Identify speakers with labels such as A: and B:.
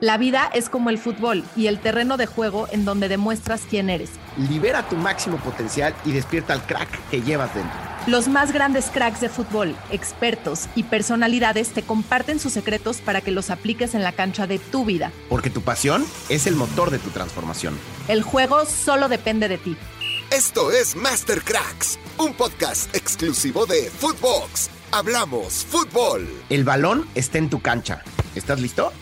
A: La vida es como el fútbol y el terreno de juego en donde demuestras quién eres.
B: Libera tu máximo potencial y despierta al crack que llevas dentro.
A: Los más grandes cracks de fútbol, expertos y personalidades te comparten sus secretos para que los apliques en la cancha de tu vida.
B: Porque tu pasión es el motor de tu transformación.
A: El juego solo depende de ti.
C: Esto es Master Cracks, un podcast exclusivo de Footbox. Hablamos fútbol.
B: El balón está en tu cancha. ¿Estás listo?